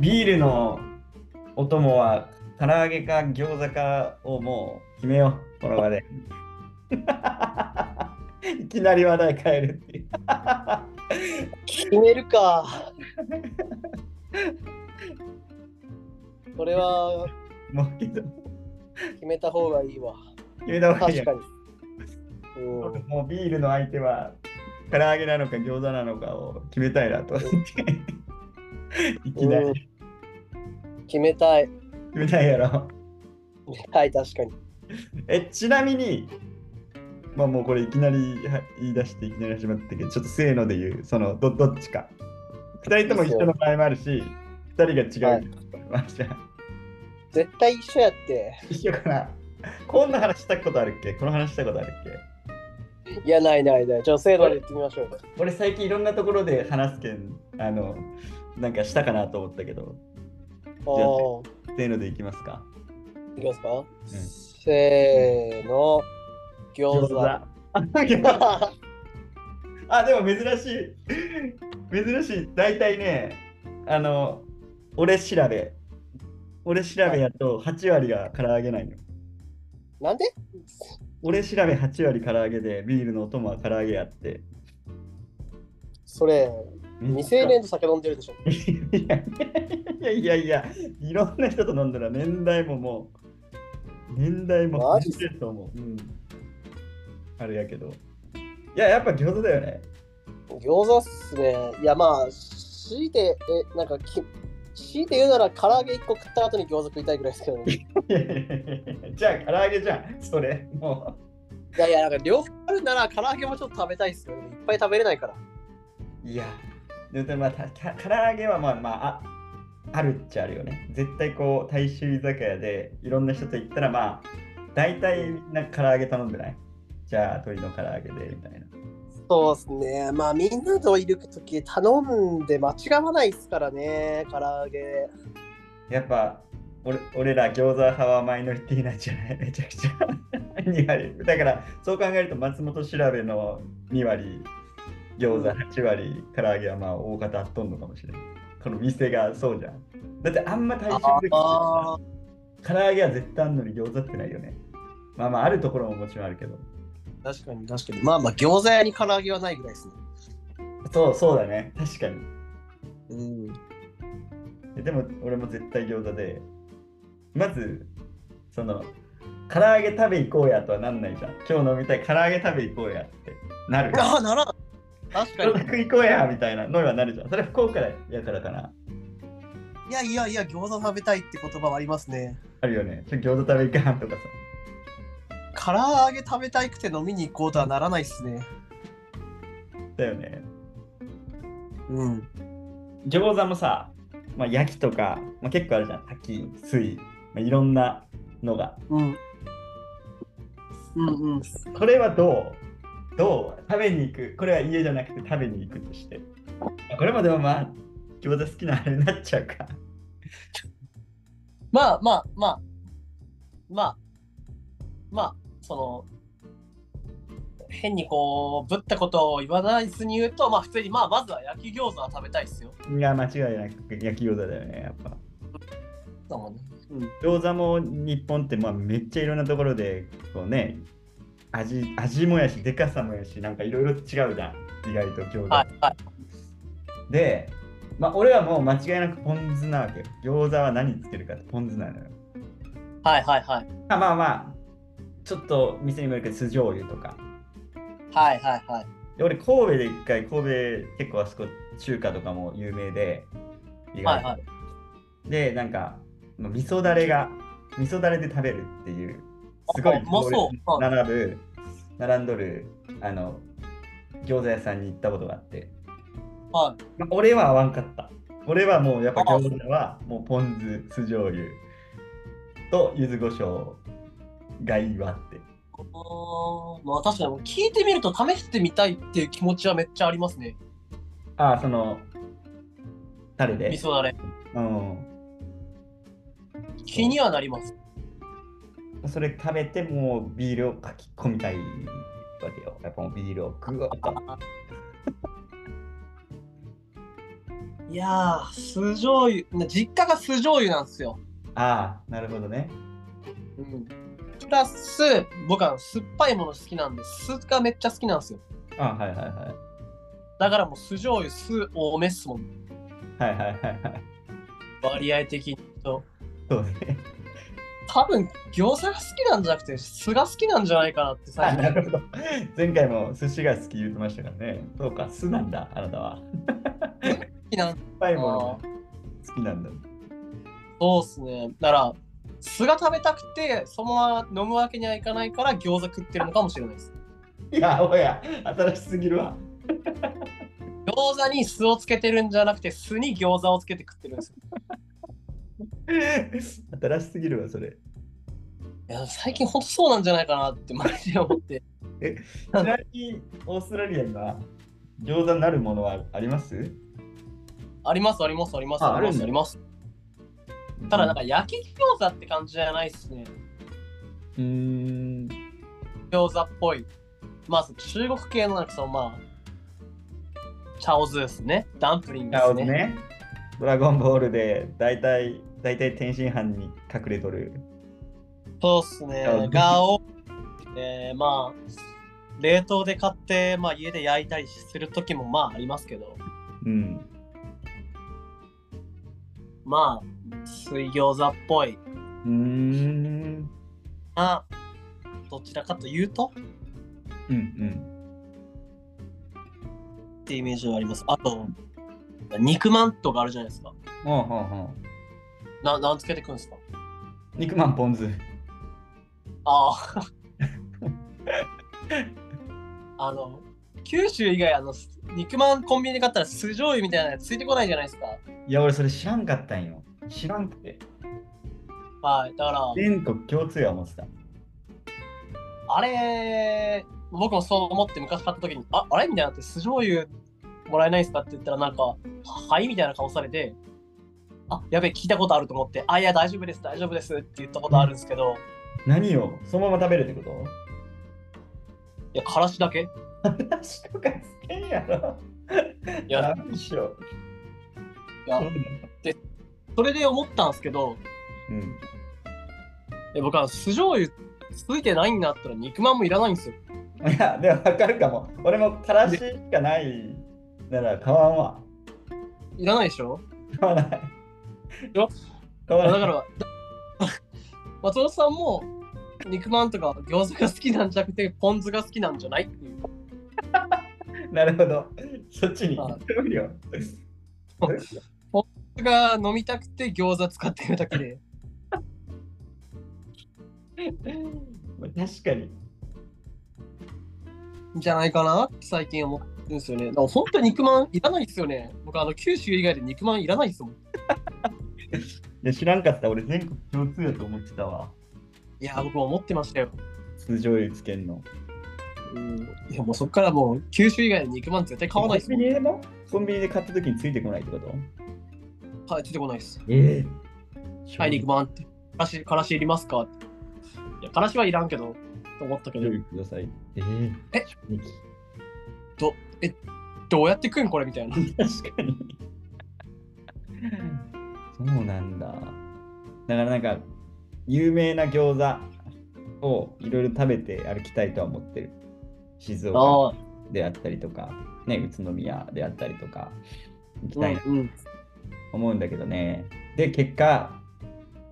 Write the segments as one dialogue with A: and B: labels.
A: ビールのお供は唐揚げか餃子かをもう決めよう、この場で。 いきなり話題変えるっていう。
B: 決めるか。 これは
A: もうけど、
B: 決めた方がいいわ。
A: 決めた方がいいよ
B: 確かに。うん
A: もうビールの相手は唐揚げなのか餃子なのかを決めたいなと思って。いきなり
B: うん決めたい。
A: 決めたいやろ。
B: はい、確かに。
A: え、ちなみに、まあもうこれいきなりは言い出していきなり始まったけど、ちょっとせーので言う、そのどどっちか。二人とも一緒の場合もあるし、二人が違う場合もあるじゃん。
B: 絶対一緒やって。
A: 一緒かな。こんな話したことあるっけこの話したことあるっけ
B: いや、ないないない。女性ので言ってみましょうよ。
A: 俺最近いろんなところで話すけん、あの、なんかしたかなと思ったけど、
B: おー
A: せーのでいきますか。
B: いきますか、せーの。餃子。
A: あ餃子あでも珍しい珍しい大体ねあの俺調べ俺調べやと8割が唐揚げないの
B: なんで
A: 俺調べ8割唐揚げでビールのお供は唐揚げやって
B: それ、
A: 未
B: 未成年と酒飲んでるでしょ。
A: いやいやいやいろんな人と飲んだら年代ももう年代も
B: マジっす
A: ると思う、うん、あれやけどいややっぱ餃子だよね
B: 餃子っすね。いや、まあ、強いて、え、なんかき、強いて言うなら、唐揚げ1個食った後に餃子食いたいぐらいですけどね。
A: いやいやいやいやじゃあ唐揚げじゃんそれもう
B: いやいや、なんか両方あるなら唐揚げもちょっと食べたいっすよね。いっぱい食べれないから。
A: いや、でもまあ、たた唐揚げはまあまああ、あるっちゃあるよね。絶対こう、大衆居酒屋でいろんな人と行ったらまあ、大体みんな唐揚げ頼んでないじゃあ、鶏の唐揚げでみたいな。
B: そうですね。まあみんなといるとき頼んで間違わないっすからね。唐揚げ。
A: やっぱ、俺俺ら餃子派はマイノリティなんじゃない めちゃくちゃ2割。だから、そう考えると松本調べの2割、餃子8割、唐揚げはまあ大方あっとんのかもしれない。この店がそうじゃん。だってあんま大衆的
B: ああ。
A: 唐揚げは絶対あんのに餃子ってないよね。まあまああるところももちろんあるけど。
B: 確かに確かに。まあまあ餃子屋に唐揚げはないぐらいですね。
A: そうそうだね。確かに。
B: うん。
A: えでも俺も絶対餃子で。まず、その、唐揚げ食べ行こうやとはなんないじゃん。今日飲みたい唐揚げ食べ行こうやってなる。
B: ああ、ならん。確か
A: 食
B: に。
A: 行こうやみたいなのにはなるじゃん。それ福岡やからかな。
B: いやいやいや、餃子食べたいって言葉はありますね。
A: あるよね。ちょ餃子食べ行かんとかさ。
B: 唐揚げ食べたいくて飲みに行こうとはならないっすね。
A: だよね。
B: うん。
A: 餃子もさ、まあ、焼きとか、まあ、結構あるじゃん。炊き、水、まあ、いろんなのが。
B: うん。うんうん。
A: これはどうどう食べに行くこれは家じゃなくて食べに行くとして。これもでもまあ、餃子好きなあれになっちゃうか。
B: まあまあまあまあまあその変にこうぶったことを言わないずに言うとまあ普通にまあまずは焼き餃子は食べたいっすよ。
A: いや、間違いなく焼き餃子だよね、やっぱ。
B: だもんね。
A: 餃子も日本ってまあめっちゃいろんなところで、こうね、味味もやし、でかさもやし、なんかいろいろ違うじゃん。意外と餃子。
B: はいはい。
A: で、まあ俺はもう間違いなくポン酢なわけよ。餃子は何つけるかってポン酢なのよ。
B: はいはいはい。
A: あまあまあ、ちょっと店にもよるけど、酢醤油とか。
B: はいはいはい。
A: で俺神戸で一回神戸結構あそこ中華とかも有名で意
B: は
A: 外
B: い
A: と、
B: はい。
A: でなんかまあ味噌だれが味噌だれで食べるっていうすご
B: あ
A: いう
B: まそう
A: 行列に並ぶ並んどるあの餃子屋さんに行ったことがあって、
B: はい。
A: まあ俺は合わんかった俺はもうやっぱ餃子はもうポン酢酢醤油と柚子胡椒がいいわって
B: うーんまあ確かに聞いてみると試してみたいっていう気持ちはめっちゃありますね。
A: ああそのタレで
B: 味噌だれ。
A: うん
B: 気にはなります。
A: それ食べてもうビールをかき込みたいわけよ。やっぱもうビールをグワッと。
B: いやー、酢醤油、実家が酢醤油なんですよ。
A: ああ、なるほどね。
B: うん。プラス、僕は酸っぱいもの好きなんで、酢がめっちゃ好きなんですよ。
A: ああはいはいはい。
B: だからもう酢醤油、酢多めっすもん。
A: はいはいはいはい。
B: 割合的に。
A: そうね。
B: 多分、餃子が好きなんじゃなくて、酢が好きなんじゃないかなって
A: あ
B: 最
A: な
B: 近。
A: るほど。前回も寿司が好き言ってましたからね。そうか、酢なんだ、あなたは。
B: 好きなん
A: 酸っぱいものが好きなんだ。
B: そうっすね。だから、酢が食べたくて、そのまま飲むわけにはいかないから、餃子食ってるのかもしれないです。
A: いや、おや、新しすぎるわ。
B: 餃子に酢をつけてるんじゃなくて、酢に餃子をつけて食ってるんですよ。
A: 新しすぎるわ、そ れ。
B: いや、最近ほんとそうなんじゃないかなって、マジで思って。
A: ちなみに、オーストラリアには餃子なるものはあります
B: あります、あります、あります、
A: あ
B: ありま
A: ある
B: す、
A: んだ
B: あります。ただ、なんか焼き餃子って感じじゃないっすね。
A: うーん。
B: 餃子っぽい。まあ、その中国系のなんかその、まあ、チャオズですね。ダンプリングで
A: なる
B: す
A: ほ
B: ね。
A: どね。ドラゴンボールで大体、大体天津飯に隠れとる。
B: そうっすね
A: チャオズ。
B: が多くて、まあ、冷凍で買って、まあ、家で焼いたりする時もまあありますけど、
A: うん。
B: まあ、水餃子っぽいう
A: ーん。
B: な。どちらかというと
A: うんうん。
B: ってイメージはあります。あと、肉まんとかあるじゃないですか。
A: ほうほうほう。
B: ななんつけてくんですか
A: 肉まんポン酢。
B: ああ。 あの、九州以外、あの、肉まんコンビニで買ったら酢醤油みたいなやつついてこないじゃないですか。
A: いや、俺それ知らんかったんよ。知らんくて。
B: はい。だから、
A: 全国共通や思ってた。
B: あれ、僕もそう思って昔買った時に、ああれみたいになって、酢醤油もらえないですかって言ったら、なんか、ははいみたいな顔されて、あ、やべえ、聞いたことあると思って、あ、いや、大丈夫です、大丈夫ですって言ったことあるんですけど、
A: 何をそのまま食べるってこと
B: いや、からしだけい
A: 私とかつけんやろ。
B: や、
A: ダメでしょ。
B: いやそれで思ったんですけど、
A: うん。
B: え僕は酢醤油ついてないんだったら肉まんもいらないんですよ。
A: いや、でも分かるかも。俺もからししかないなら買わんわ。
B: いらないでしょ
A: 買わない。
B: よ
A: 買わな
B: だか
A: い。
B: ら、 だ松本さんも肉まんとか餃子が好きなんじゃなくて、ポン酢が好きなんじゃないっていう。
A: なるほど。そっちに。
B: あ
A: 調味料。
B: ポン酢が飲みたくて餃子使ってるだけで。
A: 確かに。
B: じゃないかなって最近思ってるんですよね。だから本当に肉まんいらないですよね。僕あの九州以外で肉まんいらないですもん。
A: いや知らんかった。俺全国共通やと思ってたわ。
B: いや、僕も思ってましたよ。
A: 通常油つけんの。
B: うん。いや、もうそっからもう九州以外で肉まん絶対買わないです
A: コ
B: も
A: ン
B: ん。
A: ビニでもコンビニで買った時についてこないってこと
B: はい、出てこないです。
A: ええ
B: はい、肉まんって。からし、からしいりますかっていや、からしはいらんけど、と思ったけど、
A: ください。えー、
B: えどうやって食うんこれみたいな。
A: 確かに。そうなんだ。だからなんか、有名な餃子をいろいろ食べて歩きたいとは思ってる。静岡
B: ああ、
A: であったりとか、ね、宇都宮であったりとか、行き
B: うん
A: たいなと
B: うん。
A: 思うんだけどね。で、結果、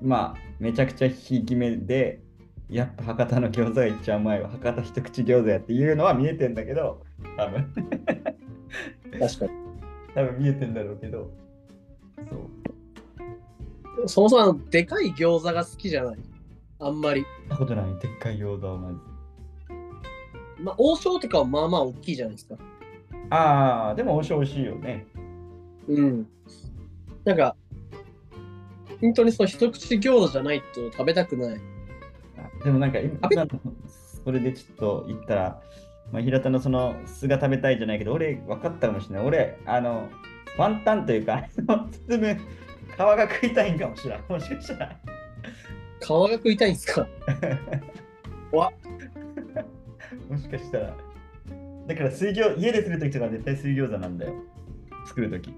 A: まあ、めちゃくちゃひいき目で、やっぱ博多の餃子が一番うまいわ、博多一口餃子やっていうのは見えてんだけど、多分
B: 確かに。
A: 多分見えてんだろうけど。そう。
B: そもそもあのでかい餃子が好きじゃない。あんまり。
A: 見たことない、でっかい餃子をまず。
B: まあ、王将とかはまあまあ大きいじゃないですか。
A: ああ、でも王将美味しいよね。
B: うん。なんか、本当にその一口餃子じゃないと食べたくない。
A: でもなんか今
B: 食べ、
A: それでちょっと言ったら、まあ、平田のその酢が食べたいじゃないけど、俺分かったかもしれない。俺、あの、ワンタンというか、その包む皮が食いたいんかもしれない。もしかしたら。
B: 皮が食いたいんですかわ
A: もしかしたら。だから水餃、家でするときとか絶対水餃子なんだよ。作るとき。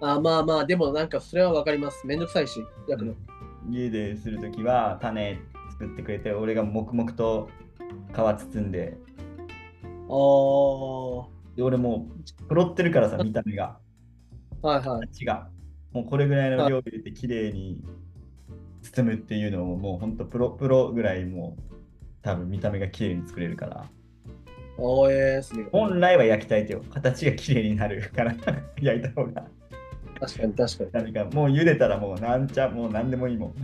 B: あまあまあ、でもなんかそれはわかります。めんどくさいし、役の。
A: 家でするときは種作ってくれて、俺が黙々と皮包んで、で俺もう、ろってるからさ、見た目が。
B: ああ、はいはい。
A: 違う。もうこれぐらいの量入れて、綺麗に包むっていうのを、もうほんとプロプロぐらいもう、多分見た目が綺麗に作れるから。
B: おーえー、すげえ。
A: 本来は焼きたいってよ。形が綺麗になるから、 焼いた方が。
B: 確かに確かに。
A: 何かもう茹でたらもうなんちゃもう何でもいいもん。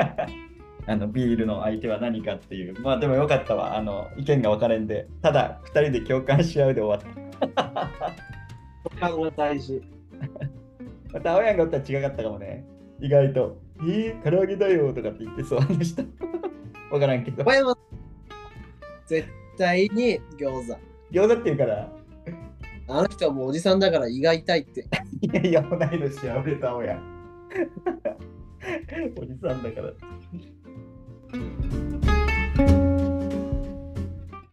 A: あのビールの相手は何かっていう。まあでもよかったわ。あの意見が分かれんで、ただ2人で共感し合うで終わっ
B: 食感が大事。
A: た。また青やんがおったら違かったかもね。意外と。えー、唐揚げだよとかって言ってそう、あの人。 分からんけど。
B: 小山絶対に餃子。
A: 餃子って言うから、
B: あの人はもうおじさんだから胃が痛いって。
A: いや いや、同い年やめた青やん。おじさんだから。